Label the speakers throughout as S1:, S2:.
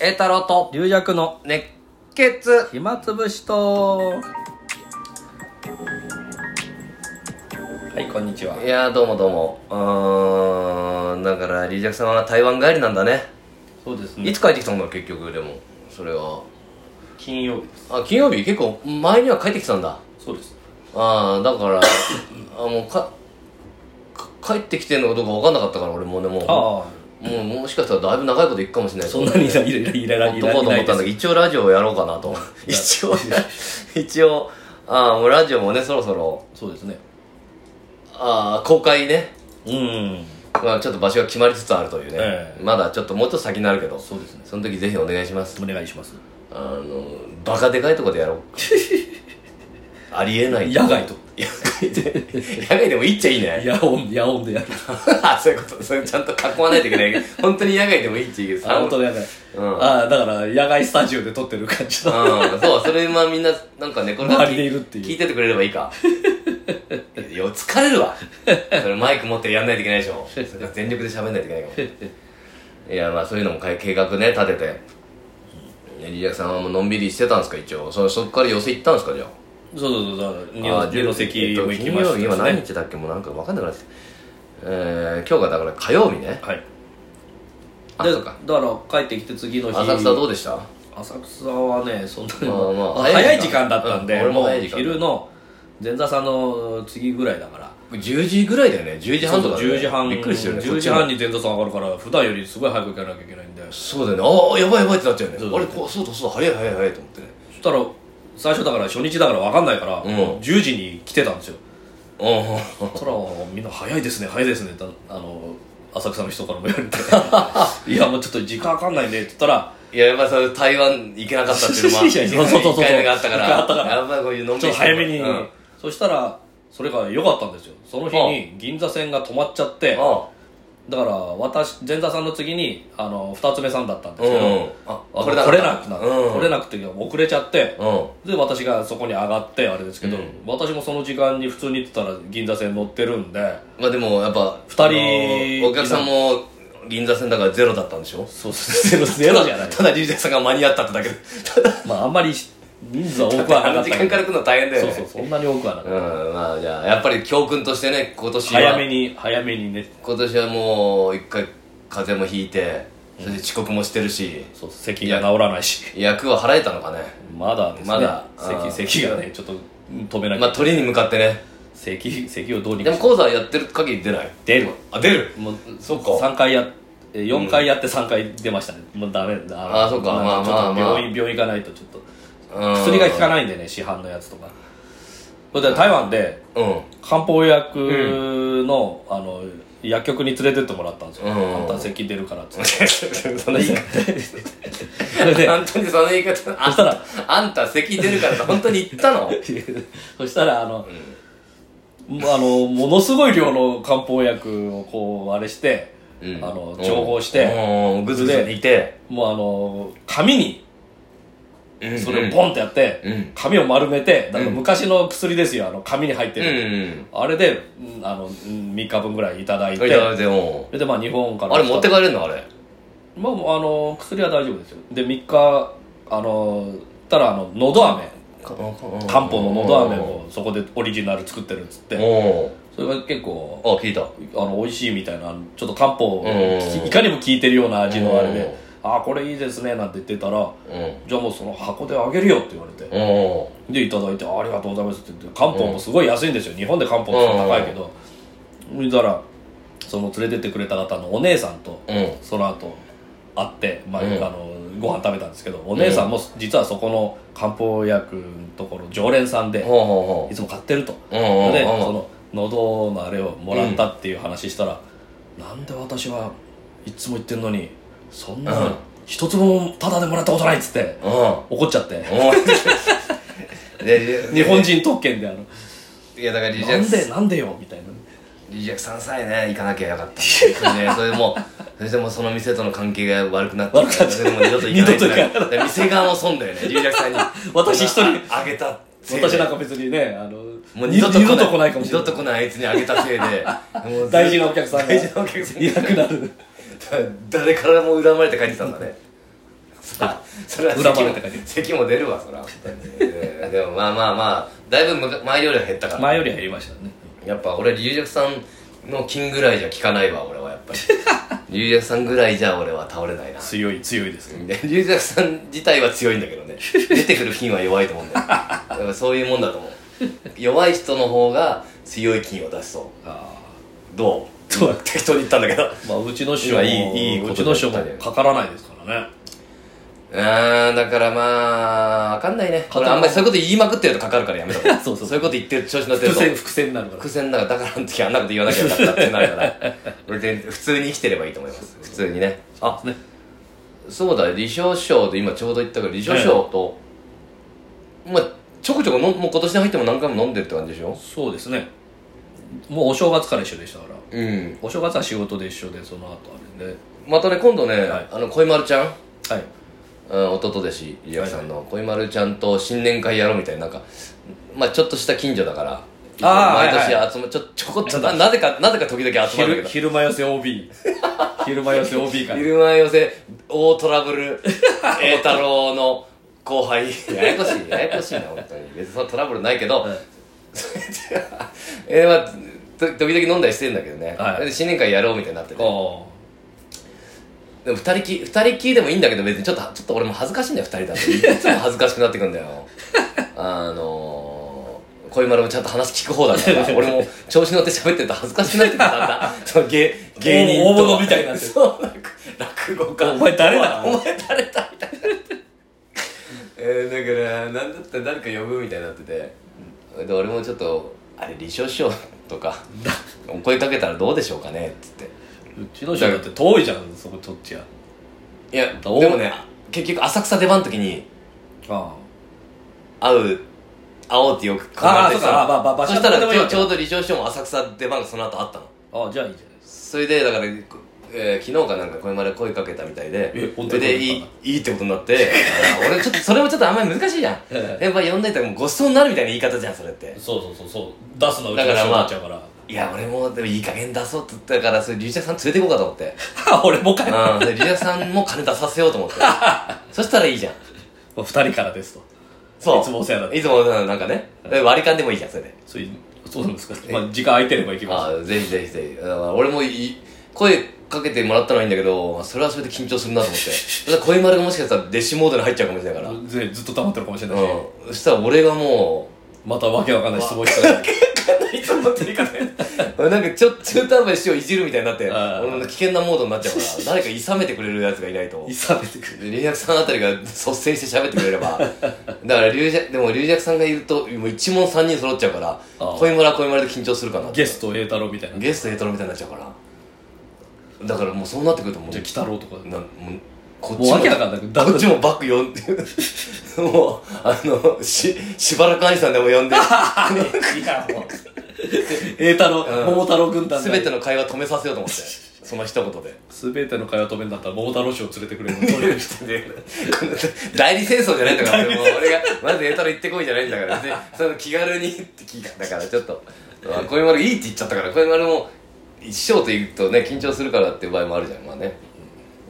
S1: 栄太郎と
S2: 龍弱の
S1: 熱血
S2: 暇つぶしとはいこんにちはい
S1: やーどうもどうもうーんだからリージャクさんは台湾帰りなんだね、
S2: そうです
S1: いつ帰ってきたんだ結局でもそれは
S2: 金曜日です
S1: あ金曜日結構前には帰ってきたんだ
S2: そうです
S1: ああだからあもうかか帰ってきてんのかどうか分かんなかったから俺もねもう
S2: ああ
S1: もうもしかしたらだいぶ長いこといくかもしれない
S2: そんなにいらいらいらいら
S1: ほっとこうと思ったんだけど一応ラジオをやろうかなと 一応一応ああもうラジオもねそろそろ
S2: そうですね
S1: ああ公開ね
S2: うん
S1: まあ、ちょっと場所が決まりつつあるというね、
S2: ええ
S1: まだちょっともうちょっと先になるけど
S2: そうですね
S1: その時ぜひお願いします
S2: お願いします
S1: あのバカでかいとこでやろう ありえない
S2: 野外と
S1: 野外で 野外でもいいっちゃいいね
S2: 野音野音でやる
S1: あそういうことそれちゃんと囲わないといけない本当に野外でもいいっちゃいいけど
S2: あ
S1: さ
S2: 本当
S1: うん
S2: だから
S1: うん
S2: ああだから野外スタジオで撮ってる感じの
S1: そうそれまあみんななんかねこれが
S2: 周りでいるっていう
S1: 聞いててくれればいいかいや疲れるわそれマイク持ってやんないといけないでしょそれから全力で喋んないといけないかもいやまあそういうのもか計画ね立てて、いやリアクさんはもうのんびりしてたんですか一応そそっから寄せ行ったんですかじゃあ
S2: そうそうそうそう
S1: あ
S2: 二の関も行きま
S1: 金
S2: したし
S1: 曜日今何
S2: ね
S1: 日だっけもうなんか分かんなくなってきたえー、今日がだから火曜日ね
S2: はい
S1: あ
S2: で
S1: そう
S2: だ
S1: か
S2: から帰ってきて次の日
S1: 浅草どうでした
S2: 浅草はねそんなに
S1: まあまあ
S2: 早い
S1: 早い
S2: 時間だったんで、
S1: うん俺も
S2: もう
S1: 早い時間
S2: 昼の前座さんの次ぐらいだから
S1: 10時ぐらいだよね10時半とかだよね
S2: 10時半
S1: びっくりしてるね
S2: 10時半
S1: に
S2: に前座さん上がるから普段よりすごい早く行かなきゃいけないんでそ
S1: そうだよねああやばいやばいってなっちゃうよね
S2: そうそ
S1: あ
S2: う
S1: れこうそうだそうだ早い早い早いと思ってね
S2: したら最初だから初日だから分かんないから、
S1: うん
S2: 10時に来てたんですよ
S1: うん
S2: そしたらみんな早いですね早いですねってあの浅草の人からも言われ ていやもうちょっと時間かかんないねって言ったら
S1: いややっぱりそれ台湾行けなかったっていうのも
S2: いやいや そうそうそうそう
S1: 1回目があったから
S2: あったから
S1: やっぱりこういうのん
S2: ち
S1: び
S2: ょっ
S1: り
S2: と
S1: してる
S2: 早めに、
S1: うん
S2: そしたらそれが良かったんですよその日に銀座線が止まっちゃって
S1: あ
S2: だから私前座さんの次にあの二つ目さんだったんですけど、
S1: うんあ
S2: あの
S1: これだ
S2: 来れなくなって、
S1: うん
S2: 来れなくて遅れちゃって、
S1: うん
S2: で私がそこに上がってあれですけど、
S1: うん
S2: 私もその時間に普通に行ってたら銀座線乗ってるんで
S1: まあでもやっぱ
S2: 人
S1: あのーお客さんも銀座線だからゼロだったんでしょ
S2: そうですねゼロじ ゃない
S1: ただ龍谷さんが間に合ったって だけでただ
S2: まああんまり人数は多くは
S1: あ
S2: なか
S1: の
S2: っ
S1: 時
S2: た
S1: 間
S2: けど
S1: から来るの大変だよ
S2: そう
S1: ね
S2: そうそんなに多くはなかっ
S1: うんまあじゃあやっぱり教訓としてね今
S2: た
S1: 年は
S2: 早めに早めにね
S1: 今年はもう一回風邪もひいてそれで遅刻もしてるし、
S2: そう咳が治らないし
S1: 役は払えたのかね
S2: まだですね
S1: まだうん
S2: 咳咳がねちょっと止めなきゃ、
S1: まあ鳥に向かってね
S2: 咳咳をどうに
S1: で
S2: か
S1: も
S2: して
S1: 講座やってる限り出ない
S2: 出る
S1: あ出る
S2: もう
S1: そうか
S2: 3回やえ4回やって3回出ましたね、もうダメだ
S1: あーそうか
S2: なん
S1: まあ
S2: ちょっと
S1: まあまあ
S2: 病院病院行かないとちょっと薬
S1: 薬
S2: が効か
S1: い
S2: ないんでね市販のやつとかそれで台湾で
S1: うん
S2: 漢方薬の,、あの薬局に連れてってもらったんですよ、
S1: うん
S2: あんた咳出るからっつって
S1: その言い方
S2: それで
S1: 本当にその言い方あ
S2: そしたら
S1: あんた咳出るからって本当に言ったの
S2: そしたらあの、もうあのものすごい量の漢方薬をこうあれして、
S1: うん
S2: あの調合して、
S1: うんグズグズでいて
S2: もうあの紙にそれをボンってやって、
S1: うん
S2: 紙を丸めてだから昔の薬ですよあの紙に入って
S1: うん
S2: る、あれでうんあのうん3日分ぐらいいただい
S1: うん
S2: て
S1: いやでも
S2: それでまあ日本から
S1: あれ持って帰れんのあれ
S2: まあ、もうあの薬は大丈夫ですよで3日あのただあののど飴
S1: 漢
S2: 漢方ののど飴
S1: を
S2: をそこでオリジナル作ってるっつって
S1: お
S2: それが結構
S1: おあ聞いた
S2: あの美味しいみたいなちょっと漢方
S1: うん
S2: きいかにも効いてるような味のあれ
S1: うん
S2: で「ああこれいいですね」なんて言ってたら
S1: うん
S2: 「じゃあもうその箱であげるよ」って言われて
S1: お
S2: でいただいて「ありがとうございます」って言って漢方もすごい安いんですよ日本で漢方って高いけどそしたらその連れてってくれた方のお姉さんと
S1: うんうん
S2: その後会って、まあ
S1: うん
S2: あのご飯食べたんですけどお姉さんも実はそこの漢方薬のところ常連さんで
S1: ほうほ
S2: いつも買ってると、
S1: うほう
S2: で
S1: うんうん
S2: その喉のあれをもらったっていう話したら、なんで私はいつも言ってんのにそん
S1: うん
S2: な一粒もタダでもらったことないっつって
S1: うん
S2: 怒っちゃって
S1: お いで
S2: 日本人特権であの
S1: いやだからリジ
S2: な
S1: ャク
S2: ん
S1: ス
S2: でなんでよみたいな
S1: リジャクさんさえね行かなきゃよかったっていう感 じでそれでもうそれでもうその店との関係が悪くなって
S2: 悪くなって
S1: それでもう二度と行かないって
S2: 二度と行か
S1: だから店側も損だよねリジャクさんに
S2: 私一人
S1: あげたせいで
S2: 私なんか別にねあの
S1: もう二度と
S2: 二来ないかもし
S1: 二度
S2: れない
S1: と来ないあいつにあげた せいでもう
S2: 大事なお客さんが
S1: 大事なお客さん
S2: いなくなる
S1: が誰からも恨まれて帰ってきたんだねさあそれは
S2: 裏
S1: 咳
S2: 腹
S1: も
S2: って書いてる
S1: 咳も出るわそら、えーでもまあまあまあだいぶむか前よりは減ったから
S2: 前よりは減りましたね
S1: やっぱ俺龍尺さんの金ぐらいじゃ効かないわ俺はやっぱ り龍尺さんぐらいじゃ俺は倒れないな
S2: 強い強いですね
S1: で龍尺さん自体は強いんだけどね出てくる金は弱いと思うんだよやっぱそういうもんだと思う弱い人の方が強い金を出しそ
S2: あ
S1: うどう
S2: どう
S1: 適当に言ったんだけどう
S2: ーまあうちの師匠も
S1: いいいいこと
S2: うちの師匠
S1: だったね
S2: もかからないですからね
S1: ーんだからまあわかんないね
S2: 片
S1: 俺
S2: 方
S1: あんまりそういうこと言いまくってるとかかるからやめた
S2: そうそう
S1: そういうこと言って調子乗って
S2: 伏
S1: ると
S2: 線伏線になるから
S1: 伏線だからだからあの時あんなこと言わなきゃよかったってなるから 俺全普通に生きてればいいと思います普通にねあ
S2: ね
S1: そうだ李承賞で今ちょうど言ったから李承賞と、まあちょこちょこのもう今年に入っても何回も飲んでるって感じでしょ
S2: そうですねもうお正月から一緒でしたから
S1: うん
S2: お正月は仕事で一緒でその後あれで
S1: またね今度ね、
S2: はい
S1: あの恋丸ちゃん、
S2: はい
S1: うん、弟弟子リアクさんの恋丸ちゃんと新年会やろうみたいななんかまあちょっとした近所だから
S2: あー
S1: 毎年集
S2: は
S1: ま、
S2: い
S1: ちょちょこっとななぜかなぜか時々集まるんだけ
S2: 昼
S1: ど
S2: 昼間寄せ OB 昼間寄せ OB から
S1: 昼間寄せ大トラブ ル栄太郎の後輩ややこしいややこしいな本当に別にそのトラブルないけど、
S2: はい
S1: それではえーまあと時々飲んだりしてんだけどね、
S2: はい
S1: で新年会やろうみたいになっててでも
S2: あ
S1: 二人き二人きりでもいいんだけど別にちょっとちょっと俺も恥ずかしいんだよ二人だといつも恥ずかしくなってく んだよあのー、恋丸もちゃんと話聞く方だ から俺も調子乗って喋ってると恥ずかしくなってくるんだんだんその芸芸人と
S2: 大物みたいになって る
S1: そうなんか落語家
S2: あお前誰だ
S1: お前誰だみたいなえー、だからなんだったら誰か呼ぶみたいになっててで俺もちょっと「あれ離職しよう」とか「お声かけたらどうでしょうかね」っつって
S2: うちの師匠だって遠いじゃんそことっちゃ
S1: いやで
S2: お
S1: もね結局浅草出番の時に
S2: あ
S1: 会う会おうってよく考えて
S2: あーそうかあーまあまあ場所
S1: そした
S2: ど
S1: らち
S2: こでもいい
S1: ょ
S2: わけ
S1: ちょうど離職しようも浅草出番がその後あったの
S2: あああじゃあいいじゃないですか
S1: それでだから、えー昨日かなんかこれまで声かけたみたいで
S2: え本
S1: そ
S2: 当
S1: れ
S2: に
S1: でいいいいってことになってあー俺ちょっとそれもちょっとあんまり難しいじゃん
S2: ええ
S1: やっぱ呼んでたらもうごちそうになるみたいな言い方じゃんそれって
S2: そうそうそうそう出すのはうち
S1: だ
S2: の
S1: か
S2: 師
S1: ら
S2: 匠に
S1: ま
S2: な
S1: あ
S2: っちゃうから
S1: いや俺もでもいい加減出そうって言ったからそれ龍尺さん連れて行こうかと思っ て
S2: 俺もかよ
S1: うんで龍尺さんも金出させようと思ってそしたらいいじゃん
S2: 二人からですと
S1: そう
S2: いつもお世話になって
S1: いつもなんかねで割り勘でもいいじゃんそれで
S2: そういうそうなんですか、まあ、時間空いてれば行き
S1: あ
S2: ま
S1: あぜひぜひぜひだから俺もいい声かけてもらったのはいいんだけどまあそれはそれで緊張するなと思って だから恋丸がもしかしたら弟子モードに入っちゃうかもしれないから
S2: すずずっと溜まってるかもしれないし、
S1: うんそしたら俺がも
S2: またわけわかんない質問したら
S1: ういつもってかね なんかちょ中途半端に師をいじるみたいになって
S2: ああ
S1: 俺の危険なモードになっちゃうから 誰かいさめてくれるやつがいないと
S2: いさめてくる
S1: 龍尺さんあたりが 率先して喋ってくれればだから龍尺でも龍尺さんがいるともう一問三人揃っちゃうから
S2: ああ
S1: 恋村は恋村で緊張するかなって
S2: ゲスト栄太郎みたいな
S1: ゲストエトロみたいになっちゃうからだからもうそうなってくるともう
S2: じゃあ鬼太郎とか
S1: なもうこっ
S2: もうわ
S1: ち
S2: けわ
S1: も
S2: かんなくな
S1: こ
S2: る
S1: っちもバック呼ん でもうあのししばらく兄さんでも 呼んで
S2: いやもう栄太郎、
S1: うん
S2: 桃太郎軍団
S1: 全ての会話止めさせようと思ってその一言で。
S2: 全ての会話止めんだったら桃太郎氏を連れてくれるの
S1: 代理戦争じゃないんだから、もう俺が、まずエトロ行ってこいじゃないんだから、別にその気軽にって聞いた。だからちょっと、あ小山丸いいって言っちゃったから、小山丸も、一生と言うとね、緊張するからっていう場合もあるじゃん、まあね。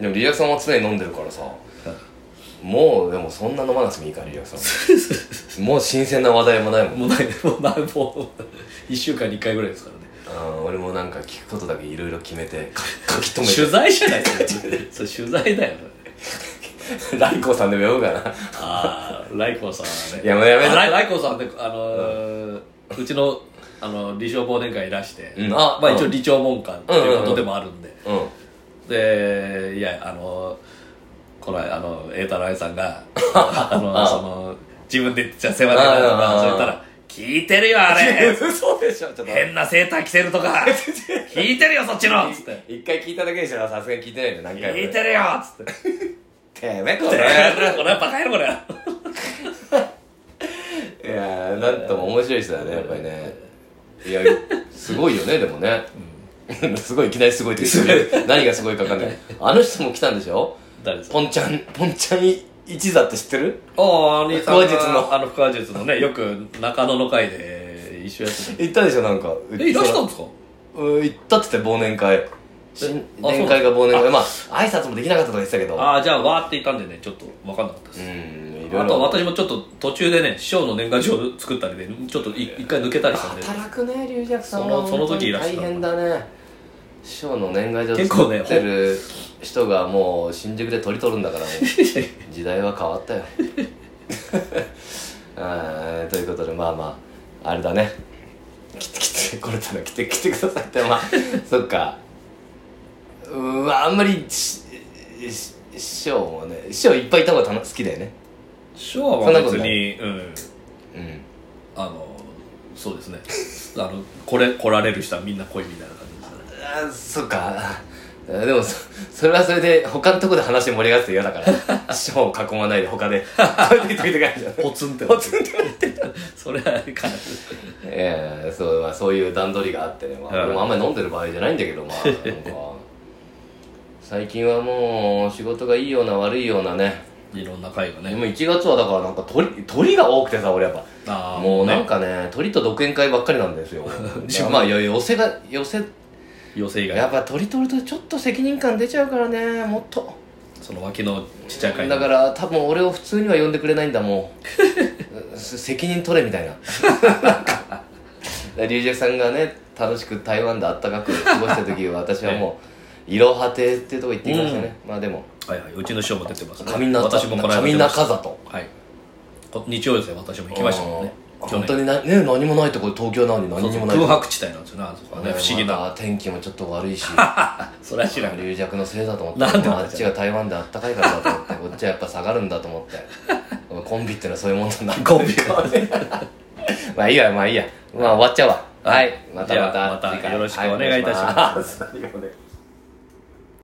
S1: でも、リアクさんは常に飲んでるからさ、もう、でもそんな飲まなくてもいいから、リアクさん。もう新鮮な話題もないもん。
S2: もうないもうないもう1週間に1回ぐらいですからね
S1: うん俺もなんか聞くことだけいろいろ決めて、か書き留 めて。
S2: 取材じゃないですかそれ取材だよ
S1: ライコさんでも呼ぶかな。
S2: ああライコさんはね
S1: いやもうやめ
S2: あ
S1: な
S2: ライライコさんねあのーうちのあの理長忘年会いらして、
S1: うん
S2: あまあ、一
S1: う
S2: 応
S1: ん
S2: 理長門下っていうことでもあるんで、
S1: うん。
S2: でいやあのこのあの栄太郎愛さん があのその自分で言っちゃ世話になると
S1: あ
S2: か
S1: あ
S2: それ言ったら「聞いてるよあれ
S1: 嘘でしょ、ちょっと。
S2: 変なセーター着てる とか聞いてるよそっちの」つって
S1: 一回聞いただけでしょさすがに聞いてないんだよ
S2: 「
S1: 何回も
S2: 聞いてるよ」つって
S1: てめえこ
S2: 「こ
S1: れ
S2: れはバカやろこれは」
S1: いやーなんとも面白い人だねやっぱりねいやすごいよねでもね すごいいきなりすごいって言 って何がすごいか分かんないあの人も来たんでしょ
S2: 誰ですか
S1: ポンちゃんポンちゃん一座って知ってる
S2: ああ
S1: 兄さんが腹話術の
S2: あの腹話術のねよく中野の会で一緒やってた
S1: 行ったでしょなんか
S2: えいらしたんですか
S1: うん行ったって言って忘年会し
S2: あそう
S1: 年会か忘年会まあ挨拶もできなかったとか言ってたけど
S2: ああじゃあわーっていたんでねちょっと分かんなかったです、
S1: うんいろ
S2: あ
S1: い
S2: と
S1: ろ
S2: 私もちょっと途中でね師匠の年賀状を作ったりでちょっとい一回抜けたりしたんで
S1: 働くね龍尺さん
S2: そ
S1: は
S2: のその時いらっしゃ
S1: 大
S2: った
S1: 変だね師匠の年賀状
S2: 結構ね
S1: 作ってる人がもう新宿で取り取るんだからもう時代は変わったよ あーということでまあまああれだね来て来てこれたら来て来てくださいってま あそっかうーわあんまりしし師匠もね師匠いっぱいいた方が楽好きだよね
S2: 師匠は
S1: そんな
S2: まあ
S1: こと
S2: 別
S1: な
S2: にうん
S1: うん
S2: あのそうですね あのこれ来られる人はみんな来いみたいな感じですね
S1: あーそっかあーでもそそれはそれで他のとこで話盛り上がって嫌だから 師匠を囲まないで他 でそういう時々あるじゃん
S2: ポツンって
S1: ポツンって
S2: それはかな
S1: ええそうまあそういう段取りがあってね、まあ、
S2: うん
S1: 俺もあんまり飲んでる場合じゃないんだけど まあなんか最近はもう仕事がいいような悪いようなね
S2: いろんな会が
S1: で
S2: ね
S1: も1月はだからなんか鳥鳥が多くてさ俺やっぱ
S2: あー
S1: もうなんかね鳥と独演会ばっか りなんですよまあいや寄せが寄せ
S2: 寄せ以
S1: や
S2: 外
S1: っぱ鳥取るとちょっと責任感出ちゃうからねもっと
S2: その脇のちっちゃい会
S1: だから多分俺を普通には呼んでくれないんだもん す責任取れみたいななんか 龍尺さんがね楽しく台湾であったかく過ごした時私は もう「いろは亭」っていうとこ行ってきましたね、まあでも
S2: はいはいうちの師匠も出てますね
S1: 上中
S2: 私もこの間
S1: 上
S2: 出てました
S1: 中里
S2: はいこ日曜ですね私も行きましたもんね
S1: うん
S2: 去
S1: 本当
S2: 年
S1: にな、ね、何もないとこ東京なのに何にもない
S2: 空白地帯なんですよねあそこはね
S1: ね
S2: 不思議な
S1: また天気もちょっと悪いし
S2: それは知らんけど
S1: 龍尺のせいだと思って
S2: なんで
S1: あっちが台湾であったかいからだと 思ってこっちはやっぱ下がるんだと思ってコンビってのはそういうもんだな
S2: コンビ
S1: まあいいやまあいいやまあ終わっちゃうわはいまた
S2: じゃ
S1: ま
S2: あ
S1: た
S2: また
S1: 次回
S2: よろしくお願いいたします
S1: はいお願いします